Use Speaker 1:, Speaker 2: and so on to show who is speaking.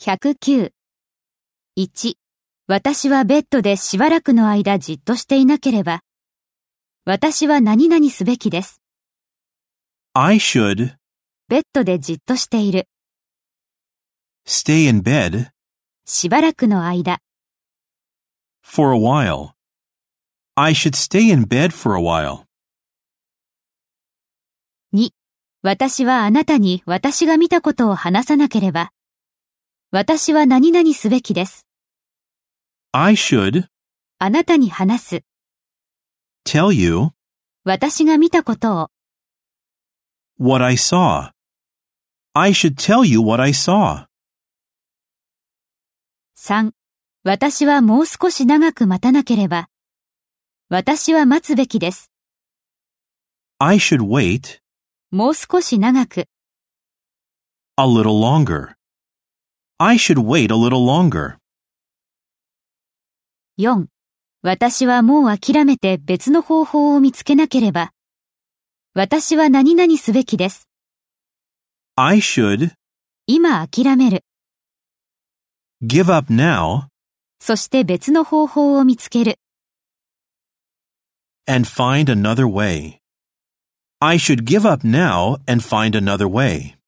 Speaker 1: 109。1. 私はベッドでしばらくの間じっとしていなければ。私は何々すべきです。
Speaker 2: I should
Speaker 1: ベッドでじっとしている。
Speaker 2: stay in bed
Speaker 1: しばらくの間。
Speaker 2: for a while. I should stay in bed for a while.
Speaker 1: 2. 私はあなたに私が見たことを話さなければ。私は何々すべきです。
Speaker 2: I should
Speaker 1: あなたに話す。
Speaker 2: tell you
Speaker 1: 私が見たことを。
Speaker 2: what I saw. I should tell you what I saw.
Speaker 1: 3. 私はもう少し長く待たなければ。私は待つべきです。
Speaker 2: I should wait
Speaker 1: もう少し長く。
Speaker 2: a little longer. I should wait a little longer.
Speaker 1: 4. 私はもう諦めて別の方法を見つけなければ。私は何々すべきです。
Speaker 2: I should
Speaker 1: 今諦める。
Speaker 2: give up now
Speaker 1: そして別の方法を見つける。
Speaker 2: and find another way. I should give up now and find another way.